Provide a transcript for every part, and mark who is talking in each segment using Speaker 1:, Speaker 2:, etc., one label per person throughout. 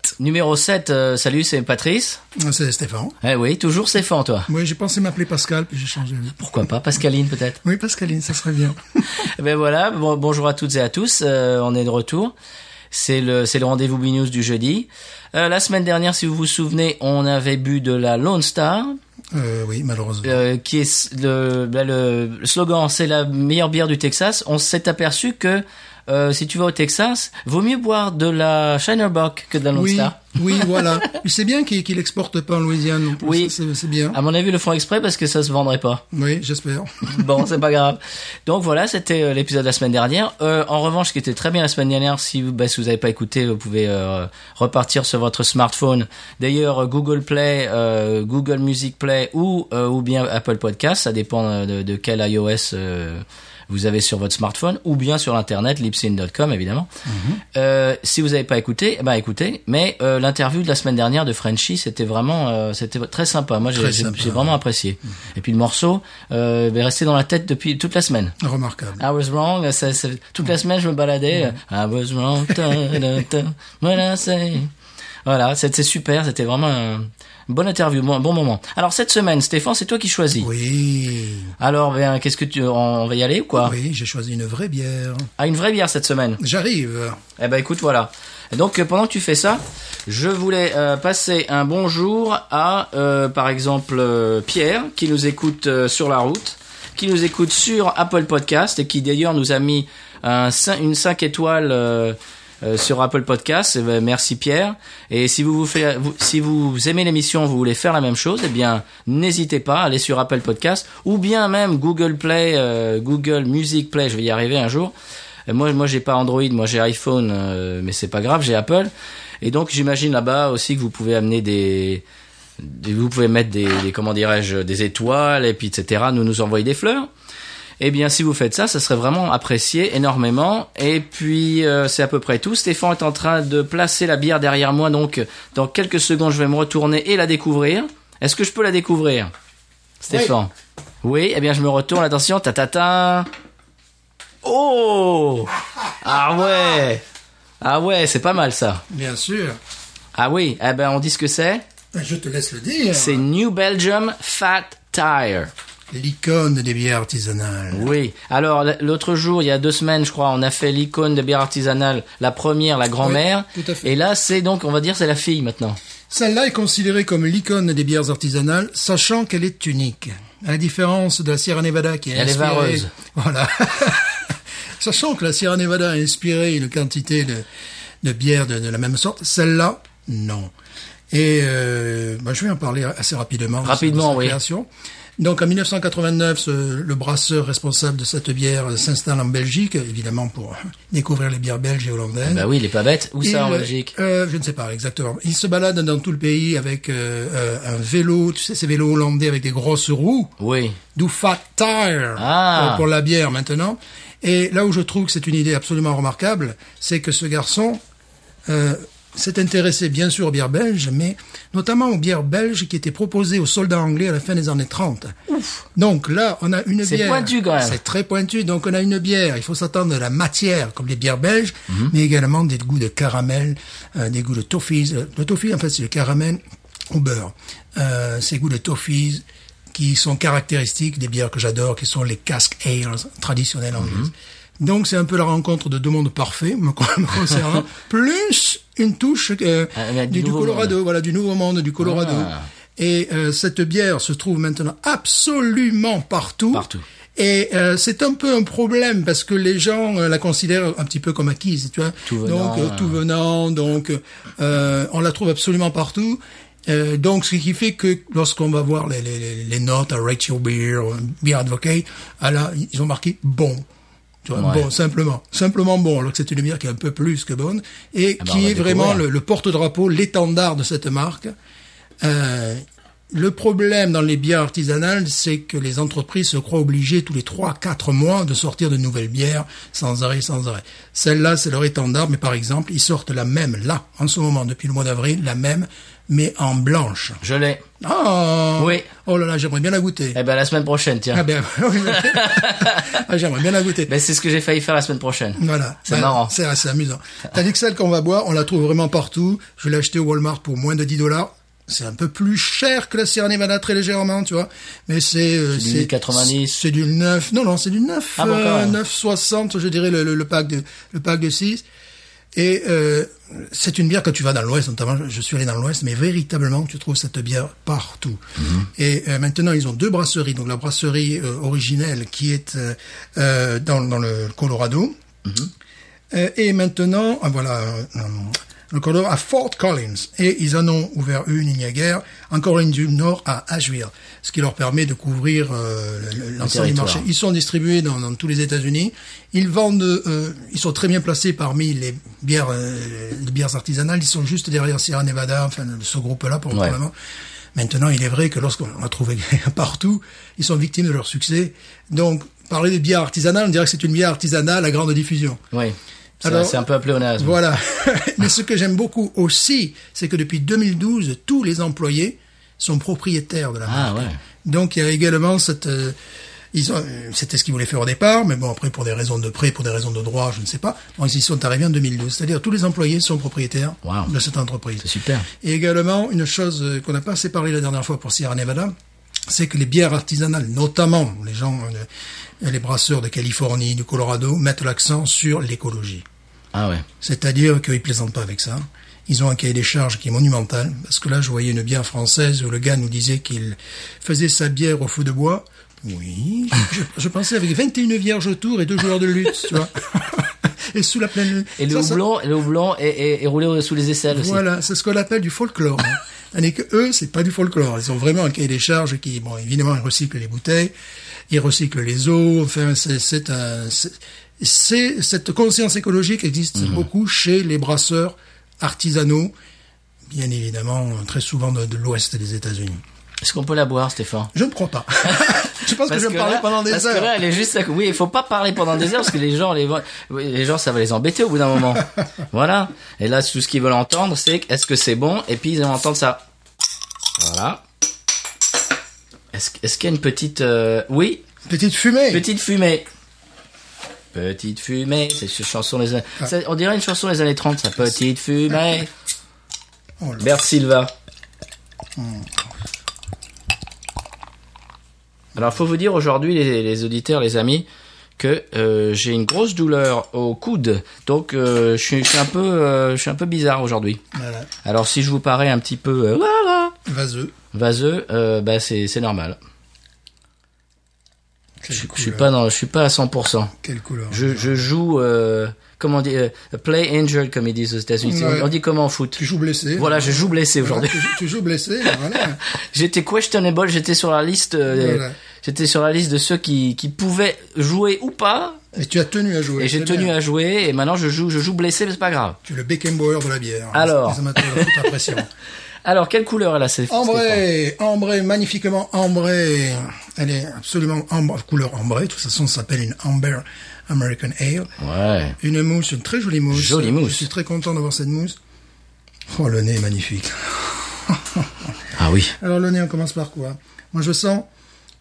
Speaker 1: Numéro 7, euh, salut, c'est Patrice.
Speaker 2: C'est Stéphane.
Speaker 1: Eh oui, toujours Stéphane, toi.
Speaker 2: Oui, j'ai pensé m'appeler Pascal, puis j'ai changé.
Speaker 1: Pourquoi pas, Pascaline peut-être
Speaker 2: Oui, Pascaline, ça serait bien.
Speaker 1: Eh Ben voilà, bon- bonjour à toutes et à tous, euh, on est de retour. C'est le, c'est le rendez-vous BNews du jeudi. Euh, la semaine dernière, si vous vous souvenez, on avait bu de la Lone Star,
Speaker 2: Euh, oui, malheureusement.
Speaker 1: euh, qui est s- le, ben, le, le slogan, c'est la meilleure bière du Texas. On s'est aperçu que euh, si tu vas au Texas, vaut mieux boire de la Shinerbock que de la Lone
Speaker 2: Oui,
Speaker 1: Star.
Speaker 2: oui, voilà. Mais C'est bien qu'il qu'il exporte pas en Louisiane. non plus.
Speaker 1: Oui. Ah.
Speaker 2: Ça, C'est c'est bien.
Speaker 1: À mon avis, ils le font exprès parce que ça se vendrait pas.
Speaker 2: Oui, j'espère.
Speaker 1: Bon, c'est pas grave. Donc voilà, c'était euh, l'épisode de la semaine dernière. Euh, en revanche, ce qui était très bien la semaine dernière, si vous bah, si vous n'avez pas écouté, vous pouvez euh, repartir sur votre smartphone. D'ailleurs, euh, Google Play, euh, Google Music Play ou euh, ou bien Apple Podcast, ça dépend euh, de, de quel iOS euh, vous avez sur votre smartphone, ou bien sur internet libsyn.com évidemment.
Speaker 2: Mhm.
Speaker 1: Euh, si vous n'avez pas écouté, eh ben écoutez. Mais euh, l'interview de la semaine dernière de Frenchy, c'était vraiment, euh, c'était très sympa. Moi, j'ai
Speaker 2: Très
Speaker 1: j'ai-
Speaker 2: sympa,
Speaker 1: j'ai vraiment apprécié. Et puis le morceau euh, est resté dans la tête depuis toute la semaine.
Speaker 2: Remarquable.
Speaker 1: I was wrong. ça- ça- toute la semaine, je me baladais. euh, I was wrong. ta, ta, ta, what I say. Voilà, c'était super. C'était vraiment un- une bonne interview, bon- un bon moment. Alors cette semaine, Stéphane, c'est toi qui choisis.
Speaker 2: Oui.
Speaker 1: Alors, ben, qu'est-ce que tu, on va y aller ou quoi
Speaker 2: Oui, j'ai choisi une vraie bière.
Speaker 1: Ah, une vraie bière cette semaine.
Speaker 2: J'arrive.
Speaker 1: Eh ben écoute, voilà. Et Donc euh, pendant que tu fais ça, je voulais euh, passer un bonjour à, euh, par exemple, euh, Pierre, qui nous écoute euh, sur la route, qui nous écoute sur Apple Podcast et qui d'ailleurs nous a mis un cin- une 5 étoiles euh, euh, sur Apple Podcast. Eh ben, merci Pierre. Et si vous, vous, faites- vous- si vous aimez l'émission, vous voulez faire la même chose, eh bien n'hésitez pas, allez sur Apple Podcast ou bien même Google Play, euh, Google Music Play, je vais y arriver un jour. Euh, Moi, moi, j'ai pas Android, moi j'ai iPhone, euh, mais c'est pas grave, j'ai Apple. Et donc, j'imagine là-bas aussi que vous pouvez amener des, des- vous pouvez mettre des, des- comment dirais-je, des étoiles et puis etc. Nous nous envoyer des fleurs. Eh bien, si vous faites ça, ça serait vraiment apprécié énormément. Et puis, euh, c'est à peu près tout. Stéphane est en train de placer la bière derrière moi, donc dans quelques secondes, je vais me retourner et la découvrir. Est-ce que je peux la découvrir, Stéphane oui. eh bien, je me retourne. Attention, ta ta ta. Oh Ah ouais Ah ouais, c'est pas mal ça.
Speaker 2: Bien sûr.
Speaker 1: Ah oui, eh ben on dit ce que c'est.
Speaker 2: Je te laisse le dire.
Speaker 1: C'est New Belgium Fat Tire.
Speaker 2: l'icône des bières artisanales.
Speaker 1: Oui. Alors l- l'autre jour, il y a deux semaines, je crois, on a fait l'icône de bière artisanale, la première, la grand-mère.
Speaker 2: Oui, tout à fait.
Speaker 1: Et là, c'est donc, on va dire, c'est la fille maintenant.
Speaker 2: Celle-là est considérée comme l'icône des bières artisanales, sachant qu'elle est unique. À la différence de la Sierra Nevada qui est
Speaker 1: Elle est
Speaker 2: inspirée-
Speaker 1: vareuse.
Speaker 2: Voilà. sachant que la Sierra Nevada a inspiré une quantité de, de bières de, de la même sorte, celle-là, non. Et euh, bah, je vais en parler assez rapidement. de
Speaker 1: Rapidement,
Speaker 2: cette
Speaker 1: oui.
Speaker 2: création. Donc en 1989, ce- le brasseur responsable de cette bière euh, s'installe en Belgique, évidemment pour découvrir les bières belges et hollandaises.
Speaker 1: Bah oui, il est pas bête. Où ça en
Speaker 2: Mm. Il,
Speaker 1: Belgique
Speaker 2: euh, Je ne sais pas exactement. Il se balade dans tout le pays avec euh, euh, un vélo, tu sais, ces vélos hollandais avec des grosses roues,
Speaker 1: Oui.
Speaker 2: d'où Fat Tire
Speaker 1: Ah.
Speaker 2: euh, pour la bière maintenant. Et là où je trouve que c'est une idée absolument remarquable, c'est que ce garçon euh, s'est intéressé bien sûr aux bières belges, mais notamment aux bières belges qui étaient proposées aux soldats anglais à la fin des années 30. Donc là, on a une
Speaker 1: C'est
Speaker 2: bière.
Speaker 1: pointu, quand même.
Speaker 2: C'est très pointu. Donc on a une bière. Il faut s'attendre à la matière, comme les bières belges,
Speaker 1: Mhm.
Speaker 2: mais également des goûts de caramel, euh, des goûts de toffees. Euh, Le toffee, en fait, c'est le caramel au beurre. Euh, ces goûts de toffees qui sont caractéristiques des bières que j'adore, qui sont les cask ales traditionnelles
Speaker 1: Mhm.
Speaker 2: anglaises. Donc c'est un peu la rencontre de deux mondes parfaits, me con- me concernant, plus une touche euh,
Speaker 1: Ah, là, du
Speaker 2: du, du
Speaker 1: nouveau
Speaker 2: Colorado, voilà, du Nouveau Monde, du Colorado.
Speaker 1: Ah.
Speaker 2: Et euh, cette bière se trouve maintenant absolument partout.
Speaker 1: Partout.
Speaker 2: Et euh, c'est un peu un problème parce que les gens euh, la considèrent un petit peu comme acquise, tu vois.
Speaker 1: Tout venant,
Speaker 2: donc euh,
Speaker 1: euh.
Speaker 2: tout venant, donc euh, on la trouve absolument partout. Euh, donc ce qui fait que lorsqu'on va voir les, les- les, les notes à Ratio Beer, ou Beer Advocate, ah là, ils ont marqué bon. Tu vois,
Speaker 1: Ouais.
Speaker 2: bon, simplement. Simplement bon, alors que c'est une bière qui est un peu plus que bonne et
Speaker 1: Ah bah, on
Speaker 2: qui
Speaker 1: va
Speaker 2: est vraiment
Speaker 1: découvrir.
Speaker 2: le, le porte-drapeau, l'étendard de cette marque. Euh, Le problème dans les bières artisanales, c'est que les entreprises se croient obligées tous les 3-4 mois de sortir de nouvelles bières sans arrêt, sans arrêt. Celle-là, c'est leur étendard, mais par exemple, ils sortent la même, là, en ce moment, depuis le mois d'avril, la même, mais en blanche.
Speaker 1: Je l'ai.
Speaker 2: Ah
Speaker 1: Oui.
Speaker 2: Oh là là, j'aimerais bien la goûter.
Speaker 1: Eh ben la semaine prochaine, tiens.
Speaker 2: Ah ben, Ah, j'aimerais bien la goûter.
Speaker 1: Ben, c'est ce que j'ai failli faire la semaine prochaine.
Speaker 2: Voilà.
Speaker 1: C'est
Speaker 2: Ben,
Speaker 1: marrant.
Speaker 2: C'est assez amusant. Tandis que celle qu'on va boire, on la trouve vraiment partout. Je l'ai achetée au Walmart pour moins de 10 dollars. C'est un peu plus cher que la Sierra Nevada très légèrement, tu vois. Mais c'est euh,
Speaker 1: C'est du 90.
Speaker 2: C'est du 9. Non non, c'est du 9
Speaker 1: Ah bon, quand même.
Speaker 2: 960, je dirais le, le- le pack de le pack de 6. Et euh, c'est une bière quand tu vas dans l'Ouest, notamment je- je suis allé dans l'Ouest, mais véritablement tu trouves cette bière partout.
Speaker 1: Mhm.
Speaker 2: Et euh, maintenant ils ont deux brasseries, donc la brasserie euh, originelle qui est euh, euh, dans, dans le Colorado, euh, et maintenant, ah, voilà, euh, euh, le Colorado à Fort Collins. Et ils en ont ouvert une, il n'y a guère, en Caroline du Nord à Asheville, ce qui leur permet de couvrir euh, le- le- l'ensemble du
Speaker 1: territoire.
Speaker 2: marché. Ils sont distribués dans, dans tous les États-Unis. Ils vendent, euh, ils sont très bien placés parmi les bières, euh, les bières artisanales. Ils sont juste derrière Sierra Nevada, enfin ce groupe-là pour, pour
Speaker 1: Ouais.
Speaker 2: le moment. Maintenant, il est vrai que lorsqu'on a trouvé partout, ils sont victimes de leur succès. Donc, parler des bières artisanales, on dirait que c'est une bière artisanale à grande diffusion.
Speaker 1: Oui. C'est-
Speaker 2: Alors,
Speaker 1: C'est un peu un pléonasme.
Speaker 2: Voilà. Mais ce que j'aime beaucoup aussi, c'est que depuis 2012, tous les employés sont propriétaires de la
Speaker 1: Ah
Speaker 2: marque.
Speaker 1: ouais.
Speaker 2: Donc il y a également cette euh, ils ont euh, c'était ce qu'ils voulaient faire au départ, mais bon après pour des raisons de prêt, pour des raisons de droit, je ne sais pas, bon, ils y sont arrivés en 2012. C'est-à-dire tous les employés sont propriétaires
Speaker 1: Wow.
Speaker 2: de cette entreprise.
Speaker 1: C'est super.
Speaker 2: Et également, une chose euh, qu'on n'a pas assez parlé la dernière fois pour Sierra Nevada, c'est que les bières artisanales, notamment les gens, euh, les brasseurs de Californie, du Colorado, mettent l'accent sur l'écologie.
Speaker 1: Ah ouais.
Speaker 2: C'est-à-dire qu'ils plaisantent pas avec ça. Ils ont un cahier des charges qui est monumental. Parce que là, je voyais une bière française où le gars nous disait qu'il faisait sa bière au feu de bois. Oui, je, je pensais avec 21 vierges autour et deux joueurs de lutte, tu vois. et sous la pleine lune.
Speaker 1: Et le
Speaker 2: Ça, ça-
Speaker 1: houblon, et le houblon est, est- est roulé sous les aisselles aussi.
Speaker 2: voilà, c'est ce qu'on appelle du folklore. hein. Tandis que eux, c'est pas du folklore. Ils ont vraiment un cahier des charges qui, bon, évidemment, ils recyclent les bouteilles, ils recyclent les eaux. Enfin, c'est, c'est un, c'est, c'est- cette conscience écologique existe
Speaker 1: Mhm.
Speaker 2: beaucoup chez les brasseurs artisanaux, bien évidemment, très souvent de, de l'ouest des États-Unis.
Speaker 1: Est-ce qu'on peut la boire, Stéphane
Speaker 2: Je ne crois pas. je pense que je vais
Speaker 1: là-
Speaker 2: parler pendant des
Speaker 1: parce
Speaker 2: heures.
Speaker 1: que là, elle est juste à... Oui, il faut pas parler pendant des heures parce que les gens, les, oui, les gens, ça va les embêter au bout d'un moment. voilà. Et là, tout ce qu'ils veulent entendre, c'est est-ce que c'est bon Et puis ils vont entendre ça. Voilà. Est-ce est-ce qu'il y a une petite euh, Oui,
Speaker 2: Petite fumée.
Speaker 1: petite fumée. Petite fumée, c'est une chanson des années.
Speaker 2: Ah.
Speaker 1: ça- on dirait une chanson des années 30, ça. Petite fumée.
Speaker 2: Oh là.
Speaker 1: Bert Silva. Alors, faut vous dire aujourd'hui, les, les auditeurs, les amis, que euh, j'ai une grosse douleur au coude. Donc, euh, je, suis, je suis un peu, euh, je suis un peu bizarre aujourd'hui.
Speaker 2: Voilà.
Speaker 1: Alors, si je vous parais un petit peu euh, voilà,
Speaker 2: Vaseux.
Speaker 1: vaseux, euh, bah, c'est c'est normal.
Speaker 2: Quelle
Speaker 1: Je,
Speaker 2: couleur.
Speaker 1: je suis pas dans, je suis pas à 100%.
Speaker 2: Quelle couleur.
Speaker 1: Je, je joue, euh, comment on dit, euh, play injured comme ils disent aux États-Unis.
Speaker 2: Ouais.
Speaker 1: On, on dit comment en foot.
Speaker 2: Tu joues blessé.
Speaker 1: Voilà, je joue blessé
Speaker 2: Voilà,
Speaker 1: aujourd'hui.
Speaker 2: tu, tu joues blessé. Voilà.
Speaker 1: J'étais questionable, j'étais sur la liste, euh,
Speaker 2: Voilà.
Speaker 1: j'étais sur la liste de ceux qui, qui pouvaient jouer ou pas,
Speaker 2: Et tu as tenu à jouer.
Speaker 1: et j'ai
Speaker 2: c'est
Speaker 1: tenu
Speaker 2: bien.
Speaker 1: à jouer, et maintenant je joue, je joue blessé, mais c'est pas grave.
Speaker 2: Tu es le Beckenbauer de la bière.
Speaker 1: Alors.
Speaker 2: Les amateurs de foot apprécieront.
Speaker 1: Alors, quelle couleur elle a cette Stéphane
Speaker 2: Ambré, ambré, magnifiquement ambré. Elle est absolument ambre, couleur ambrée. De toute façon, ça s'appelle une Amber American Ale.
Speaker 1: Ouais.
Speaker 2: Une mousse, une très jolie mousse.
Speaker 1: Jolie mousse.
Speaker 2: Je suis très content d'avoir cette mousse. Oh, le nez est magnifique.
Speaker 1: Ah oui.
Speaker 2: Alors, le nez, on commence par quoi Moi, je sens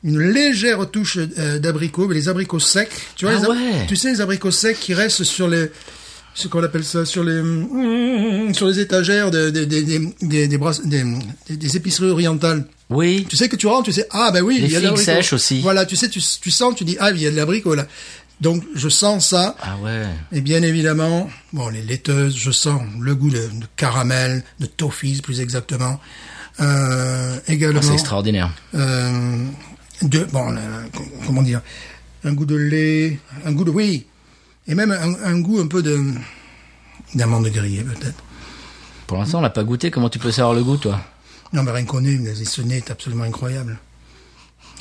Speaker 2: une légère touche euh, d'abricot, mais les abricots secs. Tu vois,
Speaker 1: Ah
Speaker 2: les ab-
Speaker 1: ouais.
Speaker 2: tu sais, les abricots secs qui restent sur les, ce qu'on appelle ça, sur les, mm, sur les étagères des, des, des, des, des, des brass- des- des- des épiceries orientales.
Speaker 1: Oui.
Speaker 2: Tu sais que tu rentres, tu sais, ah ben oui,
Speaker 1: Les
Speaker 2: il y a de
Speaker 1: figues
Speaker 2: l'abricot.
Speaker 1: sèches aussi.
Speaker 2: Voilà, tu sais, tu, tu sens, tu dis, ah, il y a de l'abricot là. Donc, je sens ça.
Speaker 1: Ah ouais.
Speaker 2: Et bien évidemment, bon, les laiteuses, je sens le goût de, de caramel, de toffees plus exactement. Euh, également.
Speaker 1: Ah, C'est extraordinaire.
Speaker 2: euh, de, bon, le- le- comment dire, un goût de lait, un goût de, oui, et même un, un goût un peu de d'amande grillée peut-être.
Speaker 1: Pour l'instant, on l'a pas goûté, comment tu peux savoir le goût, toi
Speaker 2: Non, mais rien qu'on ait, mais ce nez est absolument incroyable.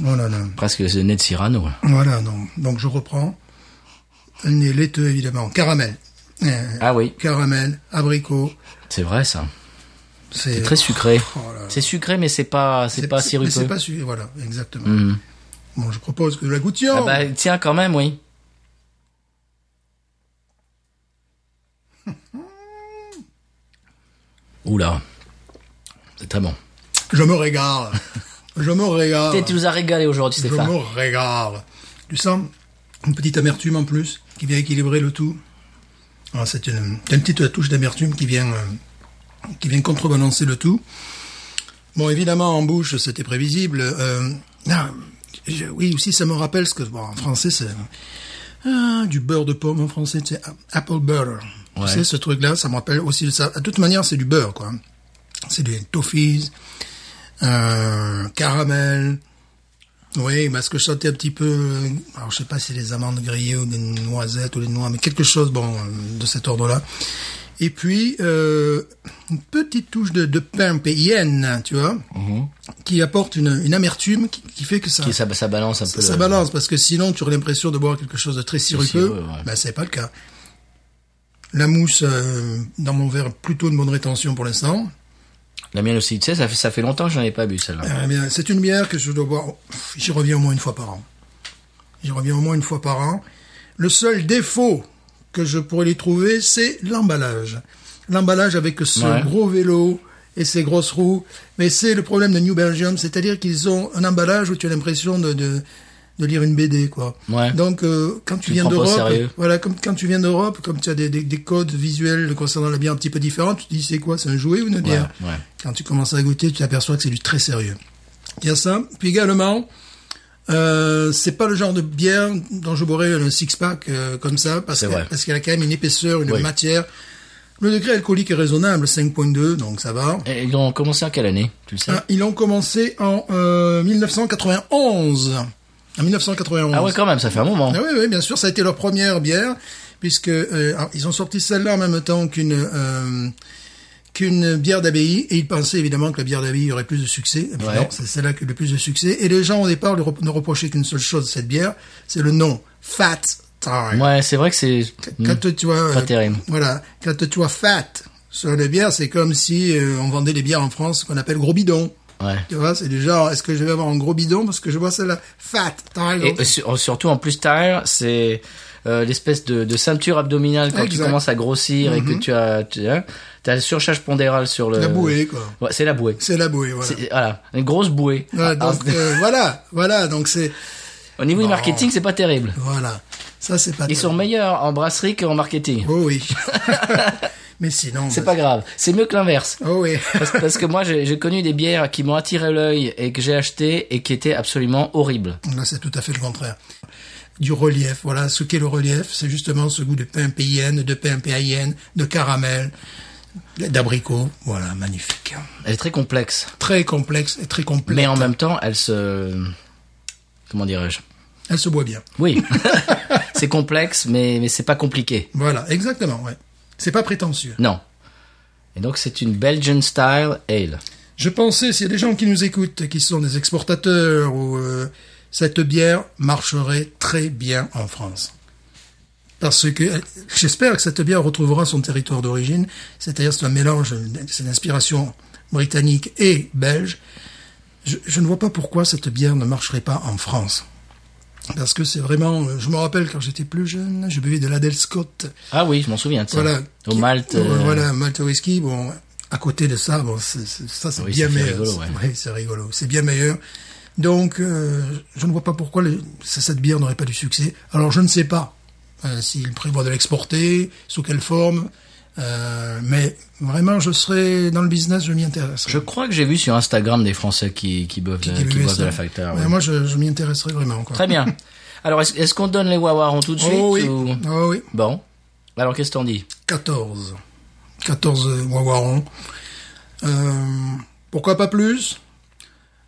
Speaker 2: Oh là là.
Speaker 1: Presque c'est nez de Cyrano. là.
Speaker 2: Voilà, donc, donc je reprends. Les laiteux, évidemment. Caramel. Euh,
Speaker 1: Ah oui,
Speaker 2: Caramel, abricot,
Speaker 1: c'est vrai ça. C'est très sucré.
Speaker 2: Oh là là.
Speaker 1: C'est sucré, mais c'est pas, c'est pas
Speaker 2: mais C'est
Speaker 1: sirupeux.
Speaker 2: pas su- voilà, exactement.
Speaker 1: Hmm.
Speaker 2: Bon, je propose que nous la goûtions.
Speaker 1: Ah bah, tiens, quand même, oui. Oula. C'est très bon.
Speaker 2: Je me régale. Je me régale.
Speaker 1: Tu nous as régalé aujourd'hui,
Speaker 2: Je me
Speaker 1: Stéphane.
Speaker 2: régale. Tu sens une petite amertume en plus qui vient équilibrer le tout. Ah, C'est une, t'as une petite touche d'amertume qui vient euh, qui vient contrebalancer le tout. Bon, évidemment, en bouche, c'était prévisible. Euh, ah, je- oui, aussi, ça me rappelle ce que bon, en français, c'est ah, du beurre de pomme en français, c'est apple butter.
Speaker 1: Ouais.
Speaker 2: Tu sais, ce truc-là, ça me rappelle aussi ça. De toute manière, c'est du beurre, quoi. C'est des toffees, euh, caramel, oui, parce que je sentais un petit peu, euh, alors je sais pas si les amandes grillées ou des noisettes ou des noix, mais quelque chose, bon, euh, de cet ordre-là. Et puis, euh, une petite touche de, de pain péienne, tu vois, qui apporte une, une amertume qui, qui fait que ça,
Speaker 1: Mm-hmm. Qui- Ça, ça balance un peu.
Speaker 2: ça
Speaker 1: le-
Speaker 2: balance, parce que sinon tu aurais l'impression de boire quelque chose de très sirupeux.
Speaker 1: sirupeux, ouais.
Speaker 2: Ben, c'est pas le cas. La mousse, euh, dans mon verre, plutôt une bonne rétention pour l'instant.
Speaker 1: La mienne aussi. Tu sais, ça fait, ça fait longtemps que j'en ai pas bu, celle-là.
Speaker 2: Eh bien, c'est une bière que je dois boire. Pff, J'y reviens au moins une fois par an. J'y reviens au moins une fois par an. Le seul défaut que je pourrais lui trouver, c'est l'emballage. L'emballage avec ce
Speaker 1: Ouais.
Speaker 2: gros vélo et ces grosses roues. Mais c'est le problème de New Belgium, c'est-à-dire qu'ils ont un emballage où tu as l'impression de, de, de lire une BD, quoi.
Speaker 1: Ouais.
Speaker 2: Donc, euh, quand tu
Speaker 1: le
Speaker 2: viens
Speaker 1: prends pas au
Speaker 2: d'Europe,
Speaker 1: sérieux.
Speaker 2: voilà, comme quand tu viens d'Europe, comme tu as des, des, des codes visuels concernant la bière un petit peu différents, tu te dis c'est quoi, c'est un jouet ou une bière
Speaker 1: ouais.
Speaker 2: Quand tu commences à goûter, tu t'aperçois que c'est du très sérieux. Il y a ça. Puis également, euh, c'est pas le genre de bière dont je boirais un six pack comme ça parce
Speaker 1: C'est
Speaker 2: que-
Speaker 1: vrai.
Speaker 2: parce qu'elle a quand même une épaisseur, une
Speaker 1: Oui.
Speaker 2: matière. Le degré alcoolique est raisonnable, 5.2, donc ça va.
Speaker 1: Et ils ont commencé en quelle année Tu le sais
Speaker 2: Ah, ils ont commencé en euh, 1991. En 1991.
Speaker 1: Ah ouais, quand même, ça fait un moment.
Speaker 2: Ah oui, oui, bien sûr, ça a été leur première bière, puisque euh, alors, ils ont sorti celle-là en même temps qu'une euh, qu'une bière d'abbaye, et ils pensaient évidemment que la bière d'abbaye aurait plus de succès. Et puis
Speaker 1: Ouais.
Speaker 2: Non, c'est celle-là qui a eu le plus de succès. Et les gens au départ leur- ne reprochaient qu'une seule chose de cette bière, c'est le nom, Fat Time.
Speaker 1: Ouais, Mmh. c'est vrai que c'est.
Speaker 2: Quand tu vois, euh,
Speaker 1: Pas terrible.
Speaker 2: voilà, quand tu vois Fat sur les bières, c'est comme si euh, on vendait des bières en France qu'on appelle gros bidon.
Speaker 1: Ouais.
Speaker 2: Tu vois, c'est du genre, est-ce que je vais avoir un gros bidon parce que je vois celle-là, Fat Time.
Speaker 1: Et sur- surtout en plus tard, c'est euh, l'espèce de, de ceinture abdominale quand tu
Speaker 2: Exact. Mhm.
Speaker 1: commences à grossir et que tu as tu hein, t'as la surcharge pondérale sur le
Speaker 2: La bouée, quoi.
Speaker 1: Ouais, c'est la bouée.
Speaker 2: C'est la bouée, voilà.
Speaker 1: C'est- Voilà, une grosse bouée.
Speaker 2: Voilà,
Speaker 1: Ah,
Speaker 2: donc, euh, voilà, voilà, donc c'est
Speaker 1: Au niveau du marketing, c'est pas terrible.
Speaker 2: voilà, ça c'est pas.
Speaker 1: Ils sont meilleurs en brasserie qu'en marketing.
Speaker 2: Oh oui. Mais sinon.
Speaker 1: C'est
Speaker 2: bah,
Speaker 1: pas grave, c'est mieux que l'inverse.
Speaker 2: Oh oui.
Speaker 1: Parce, parce que moi, j'ai j'ai connu des bières qui m'ont attiré l'œil et que j'ai acheté et qui étaient absolument horribles.
Speaker 2: Là c'est tout à fait le contraire. Du relief, voilà, ce qu'est le relief, c'est justement ce goût de pain payenne, de pain païenne, de caramel, d'abricot, voilà, magnifique.
Speaker 1: Elle est très complexe,
Speaker 2: Très complexe et très complexe.
Speaker 1: mais en même temps, elle se comment dirais-je
Speaker 2: Elle se boit bien.
Speaker 1: Oui, c'est complexe, mais mais c'est pas compliqué.
Speaker 2: Voilà, exactement, ouais. C'est pas prétentieux.
Speaker 1: Non. Et donc, c'est une Belgian style ale.
Speaker 2: Je pensais, s'il y a des gens qui nous écoutent, qui sont des exportateurs, ou euh, cette bière marcherait très bien en France. Parce que euh, j'espère que cette bière retrouvera son territoire d'origine, c'est-à-dire c'est un mélange, c'est une inspiration britannique et belge. Je, je ne vois pas pourquoi cette bière ne marcherait pas en France. Parce que c'est vraiment, euh, je me rappelle quand j'étais plus jeune, je buvais de l'Adel Scott
Speaker 1: Ah oui, je m'en souviens de ça.
Speaker 2: voilà.
Speaker 1: Au Malte.
Speaker 2: Ouais,
Speaker 1: euh,
Speaker 2: Voilà, Malte Whisky, bon, à côté de ça, bon, c'est- c'est- ça c'est
Speaker 1: Oui,
Speaker 2: bien
Speaker 1: ça fait
Speaker 2: meilleur.
Speaker 1: rigolo, ouais.
Speaker 2: Oui, c'est rigolo, c'est bien meilleur. Donc, euh, je ne vois pas pourquoi le- c- cette bière n'aurait pas du succès. Alors, je ne sais pas euh, s'il prévoit de l'exporter, sous quelle forme, euh, mais vraiment, je serais dans le business, je m'y intéresserais.
Speaker 1: Je crois que j'ai vu sur Instagram des Français qui, qui boivent, de, qui
Speaker 2: buvaient
Speaker 1: boivent de
Speaker 2: ça.
Speaker 1: la facteur.
Speaker 2: Ouais,
Speaker 1: ouais.
Speaker 2: Moi, je, je m'y intéresserais vraiment. Quoi.
Speaker 1: Très bien. Alors, est-ce est-ce qu'on donne les Wawarons tout de suite
Speaker 2: Oh oui,
Speaker 1: ou-
Speaker 2: oh oui.
Speaker 1: Bon. Alors, qu'est-ce que t'en dis
Speaker 2: 14. 14 euh, Wawarons. Euh, pourquoi pas plus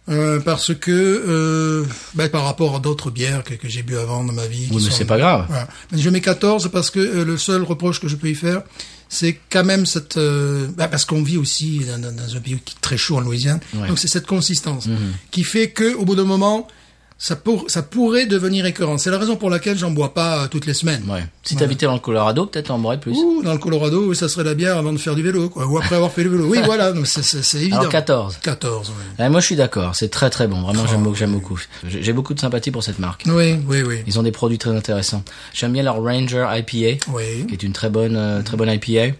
Speaker 2: Euh, Parce que euh, bah, par rapport à d'autres bières que, que j'ai bu avant dans ma vie. qui
Speaker 1: Oui, mais
Speaker 2: sont-
Speaker 1: c'est pas grave.
Speaker 2: Voilà. Mais je mets 14 parce que euh, le seul reproche que je peux y faire, c'est quand même cette... euh, bah, parce qu'on vit aussi dans, dans- dans un pays qui est très chaud en Louisiane.
Speaker 1: Ouais. Mhm.
Speaker 2: Donc c'est cette consistance qui fait que au bout d'un moment... ça, pour, ça pourrait devenir écœurant. C'est la raison pour laquelle j'en bois pas euh, toutes les semaines.
Speaker 1: Ouais. Si t'habitais dans le Colorado, peut-être t'en boirais plus.
Speaker 2: Ouh, dans le Colorado, oui, ça serait la bière avant de faire du vélo, quoi. Ou après avoir fait du vélo. Oui, voilà, donc c'est- c'est c'est évident.
Speaker 1: Alors 14.
Speaker 2: 14, oui.
Speaker 1: Ouais, moi, je suis d'accord. C'est très très bon.
Speaker 2: Oh.
Speaker 1: Vraiment, j'aime beaucoup. J'aime beaucoup. J'ai j'ai beaucoup de sympathie pour cette marque.
Speaker 2: Oui, oui, oui.
Speaker 1: Ils ont des produits très intéressants. J'aime bien leur Ranger IPA,
Speaker 2: Oui.
Speaker 1: qui est une très bonne euh, très bonne IPA.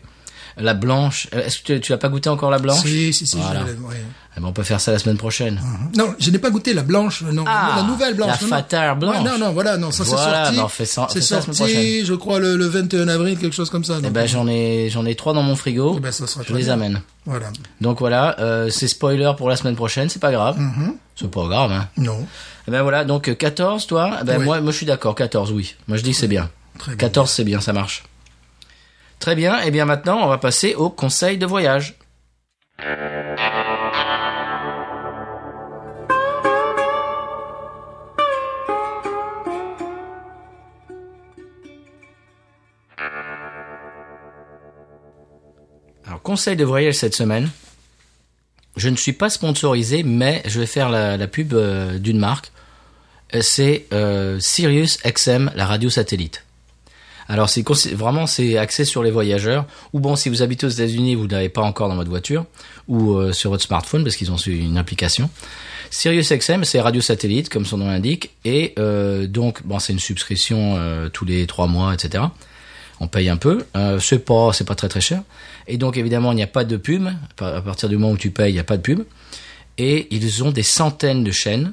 Speaker 1: La blanche. euh, Est-ce que tu, tu as pas goûté encore la blanche
Speaker 2: Si, Ah, si, si. je
Speaker 1: Voilà.
Speaker 2: l'ai- oui.
Speaker 1: Eh ben, on peut faire ça la semaine prochaine.
Speaker 2: Non, je n'ai pas goûté la blanche, non.
Speaker 1: Ah,
Speaker 2: la nouvelle blanche.
Speaker 1: la
Speaker 2: non, non.
Speaker 1: Fattar blanche.
Speaker 2: Ouais, non, non, voilà, non, ça
Speaker 1: Voilà,
Speaker 2: c'est
Speaker 1: bah, on
Speaker 2: sorti.
Speaker 1: fait ça- on
Speaker 2: c'est
Speaker 1: fait ça la semaine
Speaker 2: sorti,
Speaker 1: prochaine.
Speaker 2: je crois, le, le 21 avril, quelque chose comme ça.
Speaker 1: Eh
Speaker 2: donc,
Speaker 1: ben, j'en ai j'en ai trois dans mon frigo.
Speaker 2: eh ben, ça sera
Speaker 1: je
Speaker 2: très
Speaker 1: les
Speaker 2: bien.
Speaker 1: amène.
Speaker 2: Voilà.
Speaker 1: Donc voilà, euh, c'est spoiler pour la semaine prochaine. C'est pas grave.
Speaker 2: Mhm.
Speaker 1: C'est pas grave. Hein.
Speaker 2: Non.
Speaker 1: Eh ben voilà, donc euh, 14, toi Eh ben
Speaker 2: Oui.
Speaker 1: moi, moi, je suis d'accord, 14, oui. Moi, je dis que c'est bien.
Speaker 2: Très bien.
Speaker 1: 14, c'est bien, ça marche. Très bien, et bien maintenant, on va passer au conseil de voyage. Alors, conseil de voyage cette semaine. Je ne suis pas sponsorisé, mais je vais faire la, la pub euh, d'une marque. Euh, C'est euh, Sirius XM, la radio satellite. Alors c'est consi- vraiment c'est axé sur les voyageurs. Ou bon, si vous habitez aux États-Unis, vous n'avez pas encore dans votre voiture ou euh, sur votre smartphone parce qu'ils ont su- une application. SiriusXM, c'est radio satellite comme son nom l'indique, et euh, donc bon, c'est une subscription euh, tous les trois mois, etc. On paye un peu, euh, c'est pas c'est pas très très cher. Et donc évidemment, il n'y a pas de pub. À partir du moment où tu payes, il n'y a pas de pub. Et ils ont des centaines de chaînes.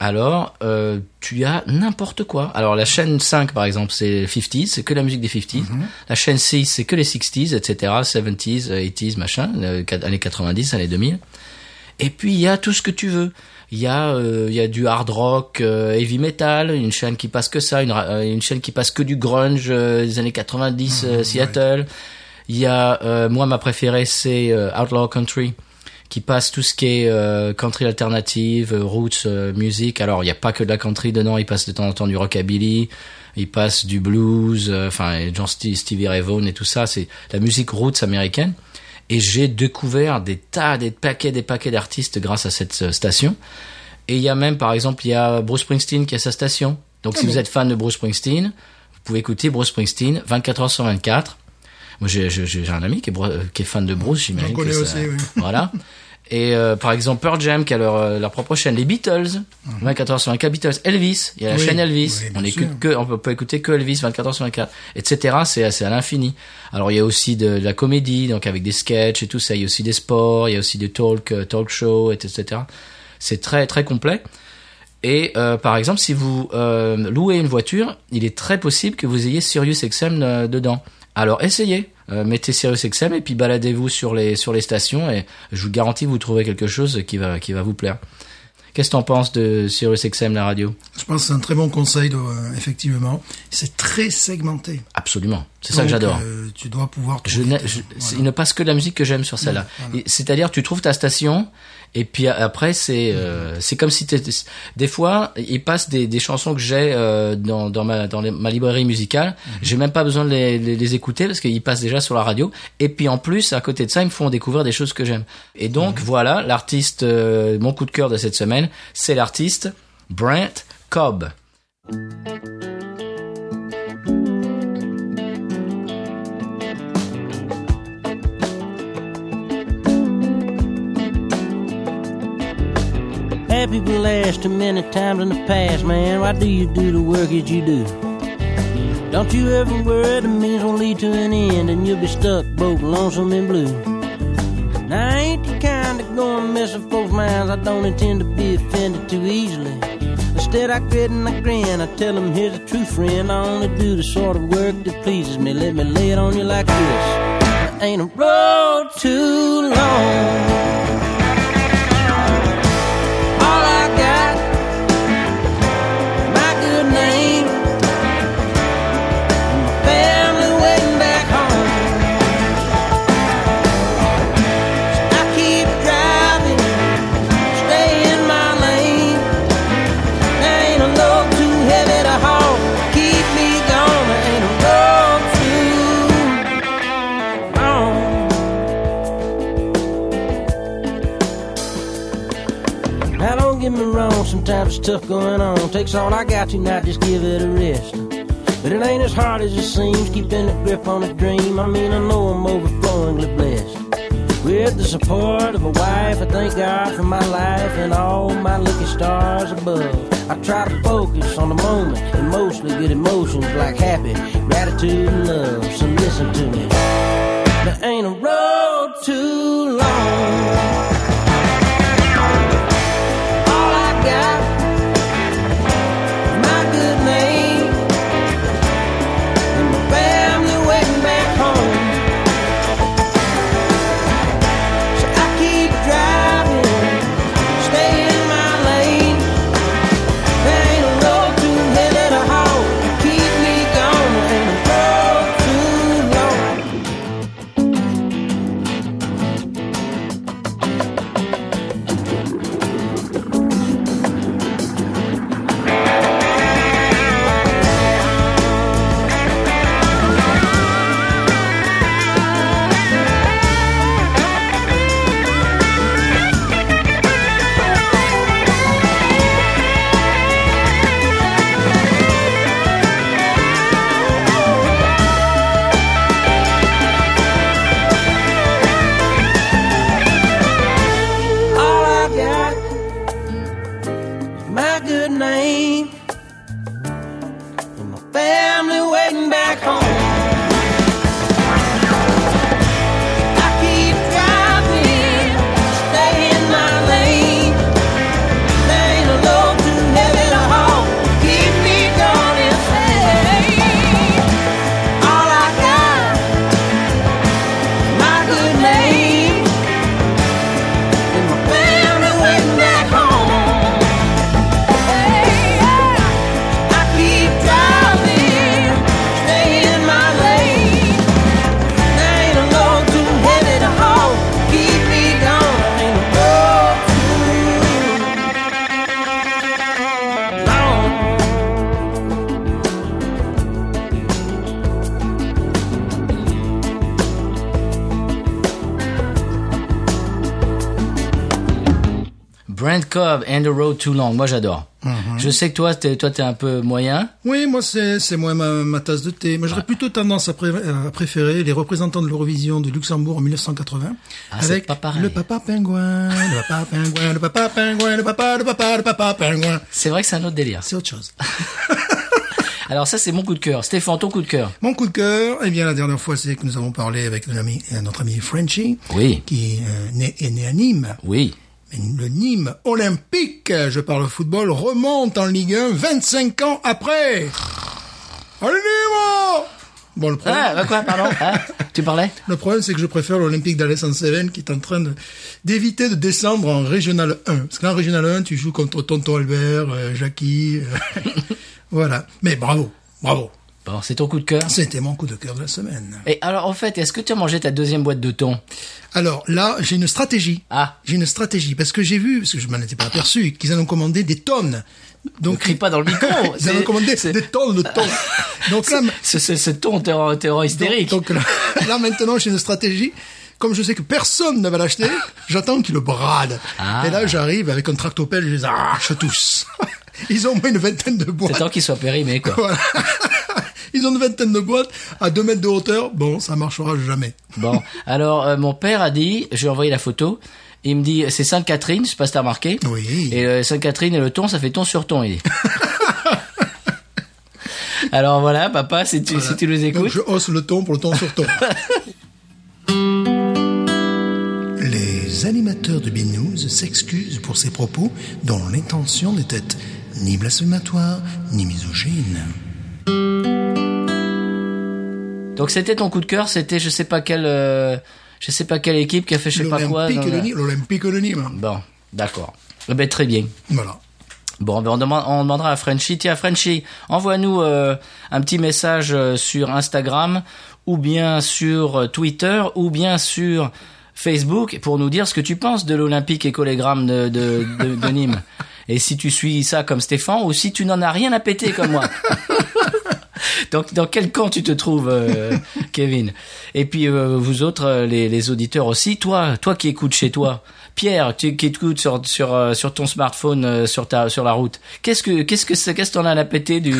Speaker 1: Alors, euh, tu as n'importe quoi. Alors, la chaîne 5, par exemple, c'est 50s, c'est que la musique des 50s. La chaîne 6, c'est que les 60s, etc., 70s, 80s, machin, euh, quat- années 90, années 2000. Et puis, il y a tout ce que tu veux. Il y, a, euh, il y a du hard rock, euh, heavy metal, une chaîne qui passe que ça, une, ra- euh, une chaîne qui passe que du grunge euh, des années 90, euh, Seattle. Il y a, euh, moi, ma préférée, c'est euh, Outlaw Country, qui passe tout ce qui est euh, country alternative, euh, roots, euh, musique. Alors, il n'y a pas que de la country dedans, il passe de temps en temps du rockabilly, il passe du blues, euh, enfin, et genre Sti- Stevie Ray Vaughan et tout ça, c'est la musique roots américaine. Et j'ai découvert des tas, des paquets, des paquets d'artistes grâce à cette euh, station. Et il y a même, par exemple, il y a Bruce Springsteen qui a sa station. Donc,
Speaker 2: Ah
Speaker 1: si vous êtes fan de Bruce Springsteen, vous pouvez écouter Bruce Springsteen 24 heures sur 24. Moi, j'ai j'ai- j'ai un ami qui est, bro- euh, qui est fan de Bruce, j'imagine.
Speaker 2: connais
Speaker 1: que ça-
Speaker 2: aussi, oui.
Speaker 1: Voilà. Et euh, par exemple, Pearl Jam qui a leur, euh, leur propre chaîne, les Beatles, 24 heures sur 24, Beatles, Elvis, il y a la
Speaker 2: Mhm. Oui,
Speaker 1: chaîne Elvis,
Speaker 2: oui, bien
Speaker 1: on écoute
Speaker 2: sûr.
Speaker 1: que, on peut pas écouter que Elvis 24 heures sur 24, etc. C'est c'est à l'infini. Alors il y a aussi de, de la comédie, donc avec des sketchs et tout ça. Il y a aussi des sports, il y a aussi des talk, euh, talk shows, etc. C'est très très complet. Et euh, par exemple, si vous euh, louez une voiture, il est très possible que vous ayez SiriusXM euh, dedans. Alors essayez, Euh, mettez SiriusXM et puis baladez-vous sur les sur les stations et je vous garantis que vous trouverez quelque chose qui va qui va vous plaire. Qu'est-ce que t'en penses de SiriusXM la radio
Speaker 2: Je pense que c'est un très bon conseil, euh, effectivement. C'est très segmenté.
Speaker 1: Absolument, c'est ça
Speaker 2: Donc,
Speaker 1: que j'adore.
Speaker 2: euh, tu dois pouvoir
Speaker 1: Je
Speaker 2: trouver
Speaker 1: n'ai-
Speaker 2: tes-
Speaker 1: je-
Speaker 2: voilà.
Speaker 1: c'est- Il ne passe que de la musique que j'aime sur celle-là. Et C'est-à-dire, tu trouves ta station, et puis a- après, c'est euh, c'est comme si t'étais... Des fois, il passe des, des chansons que j'ai euh, dans, dans, ma, dans les- ma librairie musicale. J'ai même pas besoin de les, les- les écouter parce qu'ils passent déjà sur la radio. Et puis en plus, à côté de ça, ils me font découvrir des choses que j'aime. Et donc, voilà, l'artiste, euh, mon coup de cœur de cette semaine, c'est l'artiste Brent Cobb.
Speaker 3: Had people asked too many times in the past, man, why do you do the work that you do? Don't you ever worry, the means will lead to an end, and you'll be stuck both lonesome and blue. Now, I ain't the kind that go and mess with folks' minds, I don't intend to be offended too easily. Instead, I grit and I grin, I tell them, here's the truth, friend, I only do the sort of work that pleases me, let me lay it on you like this. There ain't a road too long. All I got, my good name, and my family waiting back home. So I keep driving, stay in my lane. There ain't a load too heavy to haul, keep me gone. There ain't a road too long. get me wrong, sometimes it's tough going on. Takes all I got to not just give it a rest. But it ain't as hard as it seems, keeping a grip on a dream. I mean, I know I'm overflowingly blessed. With the support of a wife, I thank God for my life and all my lucky stars above. I try to focus on the moment and mostly good emotions like happy, gratitude, and love. So listen to me. There ain't a road too long. All I got is my good name and my family waiting back home. So I keep driving, stay in my lane. There ain't a road too hell at a hole to keep me going. There ain't a road too long. All I got is my good name and my family waiting back home. I keep driving, stay in my lane. There ain't a load too heavy to haul. Keep me going insane. All I got is my good name. And my family waiting back home. I keep driving, stay in my lane. There ain't a road too heavy to hold. Keep me going, ain't a road too long.
Speaker 1: Brent Cobb and the Road Too Long. Moi, j'adore. Je sais que toi, t'es, toi, t'es un peu moyen.
Speaker 2: Oui, moi c'est c'est moi ma, ma tasse de thé. Moi
Speaker 1: Ah.
Speaker 2: j'aurais plutôt tendance à, pré- à préférer les représentants de l'Eurovision de Luxembourg en 1980
Speaker 1: Ah, c'est
Speaker 2: avec
Speaker 1: pas pareil.
Speaker 2: le papa pingouin, le papa pingouin, le papa pingouin, le papa, le papa, le papa pingouin.
Speaker 1: C'est vrai que c'est un autre délire.
Speaker 2: C'est autre chose.
Speaker 1: Alors ça, c'est mon coup de cœur. Stéphane, ton coup de cœur.
Speaker 2: Mon coup de cœur, eh bien la dernière fois c'est que nous avons parlé avec notre ami, euh, notre ami Frenchy,
Speaker 1: Oui.
Speaker 2: qui euh, né- est né à Nîmes.
Speaker 1: Oui.
Speaker 2: Mais le Nîmes olympique, je parle football, remonte en Ligue 1 25 ans après. Allez Nîmes Bon, le problème,
Speaker 1: Ah, bah quoi, pardon
Speaker 2: Hein
Speaker 1: Ah, Tu parlais
Speaker 2: le problème c'est que je préfère l'Olympique d'Alès en Cévennes qui est en train de- d'éviter de, descendre en Régional 1. Parce que là, en Régional 1, tu joues contre Tonton Albert, euh, Jackie. euh, voilà. Mais bravo, bravo.
Speaker 1: Bon, c'est ton coup de cœur.
Speaker 2: C'était mon coup de cœur de la semaine.
Speaker 1: Et alors, en fait, est-ce que tu as mangé ta deuxième boîte de thon
Speaker 2: Alors là, j'ai une stratégie.
Speaker 1: Ah.
Speaker 2: J'ai une stratégie parce que j'ai vu, parce que je m'en étais pas aperçu, qu'ils en ont commandé des tonnes. Donc,
Speaker 1: Ne crie pas dans le micro,
Speaker 2: Ils en
Speaker 1: c'est-
Speaker 2: ont commandé
Speaker 1: c'est-
Speaker 2: des tonnes de tonnes. Donc là,
Speaker 1: Ce, ce, ce thon, t'es en, t'es en hystérique.
Speaker 2: donc, donc là, là, maintenant, j'ai une stratégie. Comme je sais que personne ne va l'acheter, j'attends qu'ils le bradent.
Speaker 1: Ah.
Speaker 2: Et là, j'arrive avec un tractopelle, je les arrache tous. Ils ont au moins une vingtaine de
Speaker 1: C'est
Speaker 2: boîtes.
Speaker 1: temps qu'il soit périmé, quoi.
Speaker 2: Voilà. Ils ont une vingtaine de boîtes à deux mètres de hauteur. Bon, ça marchera jamais.
Speaker 1: Bon, alors euh, mon père a dit, je lui ai envoyé la photo, il me dit, c'est Sainte-Catherine, je sais pas si t'as remarqué.
Speaker 2: Oui.
Speaker 1: Et euh, Sainte-Catherine et le ton, ça fait ton sur ton, il dit. alors voilà, papa, si tu, si tu nous
Speaker 2: Donc,
Speaker 1: écoutes.
Speaker 2: je hausse le ton pour le ton sur ton. Les animateurs de Binous s'excusent pour ces propos dont l'intention n'était ni blasphématoire ni misogyne.
Speaker 1: Donc c'était ton coup de cœur, c'était je sais pas quelle, euh, je sais pas quelle équipe qui a fait je sais pas quoi.
Speaker 2: L'Olympique
Speaker 1: dans
Speaker 2: de
Speaker 1: la-
Speaker 2: Nîmes. L'Olympique de Nîmes.
Speaker 1: Bon, d'accord. Eh Ben, très bien.
Speaker 2: Voilà.
Speaker 1: Bon, ben on, demande- on demandera à Frenchy. Tiens, Frenchy, envoie-nous euh, un petit message euh, sur Instagram ou bien sur euh, Twitter ou bien sur Facebook pour nous dire ce que tu penses de l'Olympique écolégramme de, de, de, de Nîmes. Et si tu suis ça comme Stéphane ou si tu n'en as rien à péter comme moi. Donc, dans quel camp tu te trouves, euh, Kevin Et puis, euh, vous autres, euh, les, les auditeurs aussi, toi, toi qui écoutes chez toi, Pierre, tu, qui écoutes sur, sur, euh, sur ton smartphone, euh, sur, ta, sur la route, qu'est-ce que qu'est-ce que c'est- qu'est-ce que t'en as à la péter du,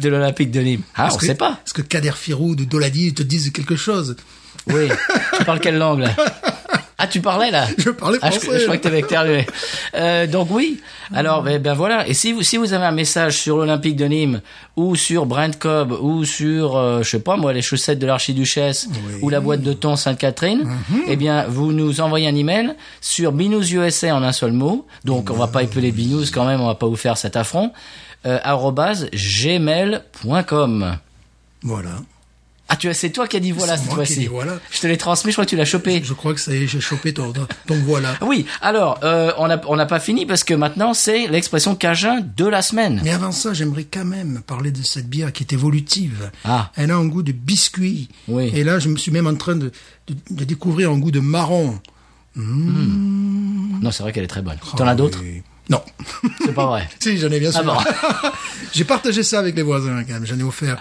Speaker 1: de l'Olympique de Nîmes Ah, on
Speaker 2: que-
Speaker 1: sait pas.
Speaker 2: Est-ce que Kader Firoud ou Doladi te disent quelque chose
Speaker 1: Oui. tu parles quelle langue là Ah, tu parlais là
Speaker 2: Je parlais
Speaker 1: Ah, je,
Speaker 2: français.
Speaker 1: je crois que t'avais éternué. Euh, donc oui. Alors ben, ben voilà. Et si vous si vous avez un message sur l'Olympique de Nîmes ou sur Brent Cobb ou sur euh, je sais pas moi les chaussettes de l'archiduchesse ou la boîte de thon Sainte-Catherine,
Speaker 2: Mhm.
Speaker 1: eh bien vous nous envoyez un email sur binoususa en un seul mot. Donc on va pas épeler binous quand même, on va pas vous faire cet affront. Euh, arobase @gmail.com.
Speaker 2: Voilà.
Speaker 1: Ah tu as c'est toi qui as dit voilà
Speaker 2: C'est
Speaker 1: cette
Speaker 2: moi qui ai
Speaker 1: fois-ci.
Speaker 2: dit voilà.
Speaker 1: Je te l'ai transmis, je crois que tu l'as chopé.
Speaker 2: Je crois que ça y est, j'ai chopé ton, ton voilà.
Speaker 1: Oui, alors, euh, on n'a on n'a pas fini parce que maintenant, c'est l'expression cajun de la semaine.
Speaker 2: Mais avant ça, j'aimerais quand même parler de cette bière qui est évolutive.
Speaker 1: Ah.
Speaker 2: Elle a un goût de biscuit.
Speaker 1: Oui.
Speaker 2: Et là, je me suis même en train de, de, de découvrir un goût de marron.
Speaker 1: Non, c'est vrai qu'elle est très bonne.
Speaker 2: Oh,
Speaker 1: T'en as d'autres
Speaker 2: Et- Ah Non.
Speaker 1: C'est pas vrai.
Speaker 2: si, j'en ai bien sûr.
Speaker 1: Ah bon. Ah.
Speaker 2: J'ai partagé ça avec les voisins quand même. J'en ai offert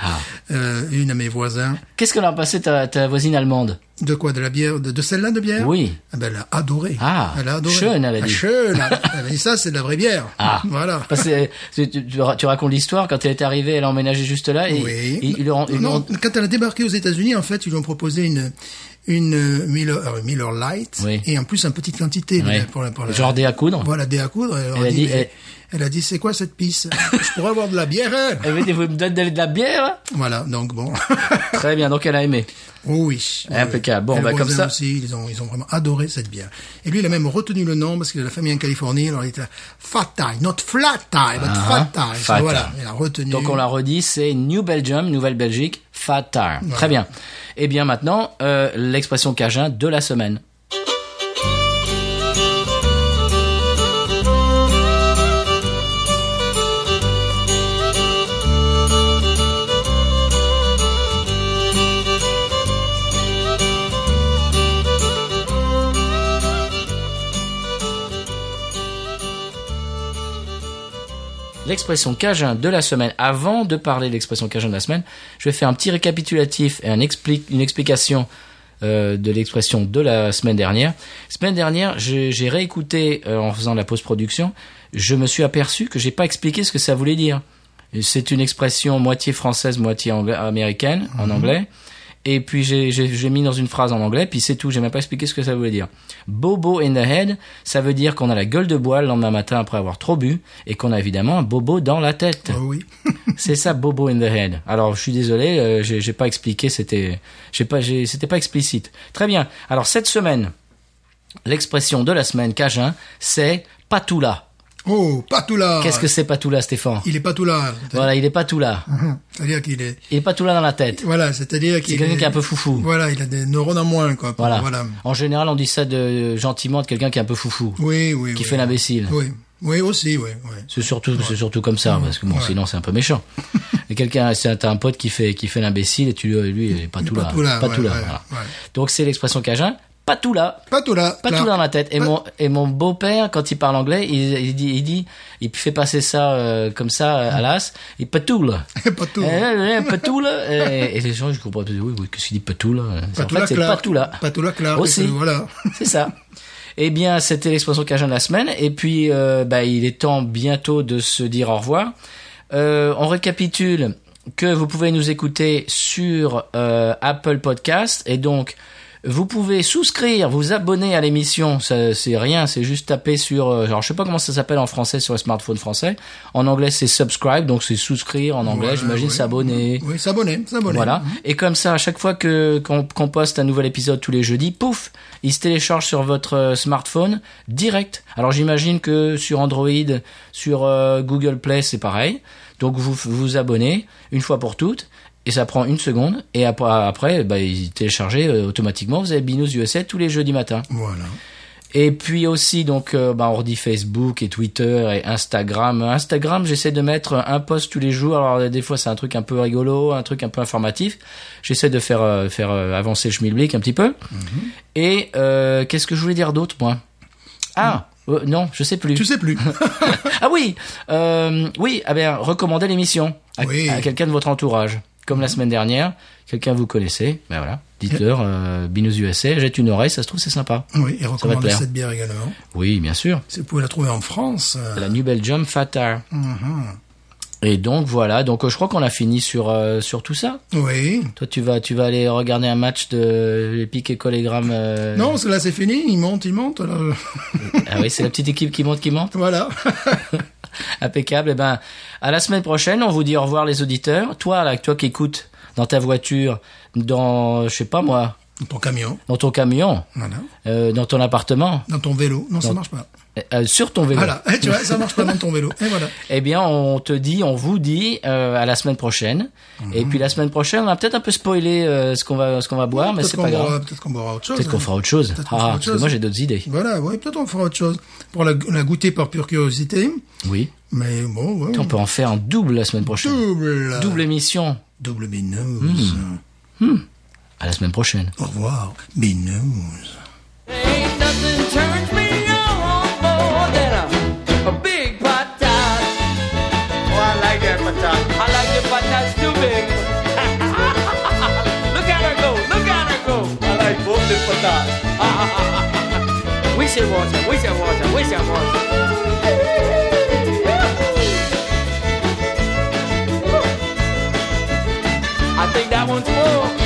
Speaker 2: euh, une à mes voisins.
Speaker 1: Qu'est-ce qu'elle a passé ta, ta voisine allemande
Speaker 2: De quoi De la bière De, de celle-là de bière
Speaker 1: Oui.
Speaker 2: Ah ben, elle a adoré.
Speaker 1: Ah,
Speaker 2: Elle a adoré.
Speaker 1: schön, elle a
Speaker 2: Ah,
Speaker 1: dit.
Speaker 2: schön, elle a- elle a dit ça, c'est de la vraie bière.
Speaker 1: Ah,
Speaker 2: Voilà.
Speaker 1: Parce que, euh, tu, tu- tu ra- tu racontes l'histoire, quand elle est arrivée, elle a emménagé juste là et,
Speaker 2: Oui.
Speaker 1: et ils leur ont- ils leur
Speaker 2: Non,
Speaker 1: ont-
Speaker 2: quand elle a débarqué aux États-Unis, en fait, ils lui ont proposé une une euh, Miller, euh, Miller Light
Speaker 1: Oui.
Speaker 2: et en plus en petite quantité
Speaker 1: Oui.
Speaker 2: pour la, pour la-
Speaker 1: Genre des à coudre
Speaker 2: Voilà des à coudre. Elle, leur
Speaker 1: Elle a
Speaker 2: a dit,
Speaker 1: dit,
Speaker 2: mais- elle a dit c'est quoi cette pisse Je pourrais avoir de la bière. hein
Speaker 1: Eh, mais Vous me donnez de la bière hein
Speaker 2: voilà donc bon. Ah.
Speaker 1: Très bien, donc elle a aimé.
Speaker 2: Oh oui.
Speaker 1: Impeccable. Bon,
Speaker 2: Et le
Speaker 1: bah, comme
Speaker 2: voisin
Speaker 1: ça-
Speaker 2: aussi, ils ont, ils ont vraiment adoré cette bière. Et lui, il a même retenu le nom parce qu'il a la famille en Californie. Alors, il était là, Fat Tie, not Flat Tie, but Fat Tie.
Speaker 1: Ah, Fat
Speaker 2: voilà,
Speaker 1: Tie.
Speaker 2: il a retenu.
Speaker 1: Donc on l'a redit, c'est New Belgium, Nouvelle-Belgique, Fat Tire. Très bien. Et bien maintenant, euh, l'expression cajun de la semaine. L'expression cajun de la semaine, avant de parler de l'expression cajun de la semaine, je vais faire un petit récapitulatif et un expli- une explication euh, de l'expression de la semaine dernière. Semaine dernière, j'ai j'ai réécouté euh, en faisant la post-production, je me suis aperçu que j'ai pas expliqué ce que ça voulait dire. C'est une expression moitié française, moitié angla- américaine, en anglais. Et puis j'ai- j'ai j'ai mis dans une phrase en anglais, puis c'est tout, j'ai même pas expliqué ce que ça voulait dire. Bobo in the head, ça veut dire qu'on a la gueule de bois le lendemain matin après avoir trop bu, et qu'on a évidemment un bobo dans la tête.
Speaker 2: Oh oui.
Speaker 1: C'est ça, bobo in the head. Alors, je suis désolé, euh, j'ai j'ai pas expliqué, c'était, j'ai pas, j'ai- c'était pas explicite. Très bien. Alors, cette semaine, l'expression de la semaine cajun, c'est patoula.
Speaker 2: Oh, Patoula.
Speaker 1: Qu'est-ce que c'est patoula, Stéphane?
Speaker 2: Il est Patoula.
Speaker 1: Voilà, il est patoula.
Speaker 2: C'est-à-dire qu'il est.
Speaker 1: Il est patoula dans la tête.
Speaker 2: Voilà, c'est-à-dire qu'il.
Speaker 1: C'est quelqu'un
Speaker 2: est-
Speaker 1: qui est un peu foufou.
Speaker 2: Voilà, il a des neurones en moins, quoi.
Speaker 1: Voilà.
Speaker 2: voilà.
Speaker 1: En général, on dit ça de, gentiment de quelqu'un qui est un peu foufou.
Speaker 2: Oui, oui.
Speaker 1: Qui
Speaker 2: oui.
Speaker 1: fait l'imbécile.
Speaker 2: Oui. Oui, aussi, oui. oui.
Speaker 1: C'est surtout, c'est surtout comme ça, parce que bon, sinon c'est un peu méchant. Mais quelqu'un, c'est un- t'as un pote qui fait, qui fait l'imbécile et tu lui, lui, il est pas tout là,
Speaker 2: tout là,
Speaker 1: pas
Speaker 2: ouais,
Speaker 1: tout là.
Speaker 2: ouais,
Speaker 1: voilà.
Speaker 2: ouais.
Speaker 1: Donc c'est l'expression cajun, pas tout là,
Speaker 2: Patoula.
Speaker 1: pas
Speaker 2: là.
Speaker 1: tout dans la tête. Et
Speaker 2: Pas-
Speaker 1: mon, et mon beau-père, quand il parle anglais, il, il dit, il dit, il fait passer ça euh, comme ça euh, à l'as, il patoule.
Speaker 2: Patoula.
Speaker 1: Euh, euh, Patoule. euh, Et, et les gens, je comprends pas. Oui, oui, qu'est-ce qu'il dit patoule C'est- En
Speaker 2: Patoula
Speaker 1: fait, c'est
Speaker 2: Clark.
Speaker 1: patoula.
Speaker 2: Patoula Clark,
Speaker 1: Aussi.
Speaker 2: et que voilà.
Speaker 1: C'est ça. Eh bien, c'était l'expression cajun de la semaine. Et puis, euh, bah, il est temps bientôt de se dire au revoir. Euh, on récapitule que vous pouvez nous écouter sur euh, Apple Podcast. Et donc, vous pouvez souscrire, vous abonner à l'émission. Ça, C'est rien, c'est juste taper sur... euh, alors, je sais pas comment ça s'appelle en français sur le smartphone français. En anglais, c'est subscribe. Donc, c'est souscrire en anglais.
Speaker 2: Voilà,
Speaker 1: J'imagine
Speaker 2: oui.
Speaker 1: s'abonner.
Speaker 2: Oui, s'abonner, s'abonner.
Speaker 1: Voilà. Et comme ça, à chaque fois que qu'on qu'on poste un nouvel épisode tous les jeudis, pouf, il se télécharge sur votre euh, smartphone direct. Alors j'imagine que sur Android, sur euh, Google Play, c'est pareil. Donc vous f- vous abonnez une fois pour toutes. Et ça prend une seconde, et après, après bah, il est téléchargé euh, automatiquement. Vous avez Binous USA tous les jeudis matin.
Speaker 2: Voilà.
Speaker 1: Et puis aussi, donc, euh, bah, on redit Facebook et Twitter et Instagram. Instagram, j'essaie de mettre un post tous les jours. Alors, euh, des fois, c'est un truc un peu rigolo, un truc un peu informatif. J'essaie de faire, euh, faire euh, avancer le schmilblick un petit peu. Et euh, qu'est-ce que je voulais dire d'autre, moi Ah euh, non, je sais plus.
Speaker 2: Tu sais plus.
Speaker 1: Ah oui, euh, oui, ah ben, recommandez l'émission à,
Speaker 2: Oui.
Speaker 1: Mm. à quelqu'un de votre entourage. Comme la semaine dernière, quelqu'un que vous connaissez, ben voilà. Dites-leur, euh, Binous USA, jette une oreille, ça se trouve, c'est sympa.
Speaker 2: Oui, et
Speaker 1: Ça va te
Speaker 2: recommande
Speaker 1: plaire.
Speaker 2: cette bière également.
Speaker 1: Oui, bien sûr.
Speaker 2: Si vous pouvez la trouver en France, euh,
Speaker 1: La New Belgium Fatar.
Speaker 2: Mm-hmm.
Speaker 1: Et donc voilà, donc euh, je crois qu'on a fini sur euh, sur tout ça.
Speaker 2: oui.
Speaker 1: Toi tu vas tu vas aller regarder un match de les piques et collégramme. euh,
Speaker 2: Non, c'est- là c'est fini, il monte, il monte. là.
Speaker 1: Ah oui, c'est la petite équipe qui monte qui monte.
Speaker 2: voilà.
Speaker 1: Impeccable. Et ben à la semaine prochaine, on vous dit au revoir les auditeurs. Toi là, toi qui écoutes dans ta voiture, dans je sais pas moi,
Speaker 2: Ton camion,
Speaker 1: dans ton camion,
Speaker 2: voilà.
Speaker 1: euh, dans ton appartement,
Speaker 2: Dans ton vélo. Non, ça marche pas.
Speaker 1: euh, euh, sur ton vélo.
Speaker 2: Voilà. Eh, tu vois, ça marche pas dans ton vélo. Et voilà.
Speaker 1: Eh bien, on te dit, on vous dit euh, à la semaine prochaine. Et
Speaker 2: Mhm.
Speaker 1: puis la semaine prochaine, on a peut-être un peu spoilé euh, ce qu'on va ce qu'on va boire, mais
Speaker 2: Peut-être
Speaker 1: c'est
Speaker 2: qu'on
Speaker 1: pas grave.
Speaker 2: boira- Peut-être qu'on boira autre chose.
Speaker 1: Peut-être qu'on
Speaker 2: hein.
Speaker 1: fera autre chose.
Speaker 2: Peut-être qu'on
Speaker 1: Ah,
Speaker 2: fera autre
Speaker 1: parce que
Speaker 2: chose.
Speaker 1: moi j'ai d'autres idées.
Speaker 2: Voilà, oui, peut-être on fera autre chose. Pour la, la goûter par pure curiosité.
Speaker 1: Oui.
Speaker 2: Mais bon, ouais.
Speaker 1: On peut en faire un double la semaine prochaine.
Speaker 2: Double.
Speaker 1: Double Hmm. émission.
Speaker 2: Double binouze.
Speaker 1: À la semaine prochaine.
Speaker 2: Au revoir. Binouze.
Speaker 4: Ain't nothing turns me on more than a, a big pot tart. Oh, I like that patat. I like the patats too big. look at her go, look at her go. I like both the patats. wish it was, I wish it was, I wish it was. I think that one's full.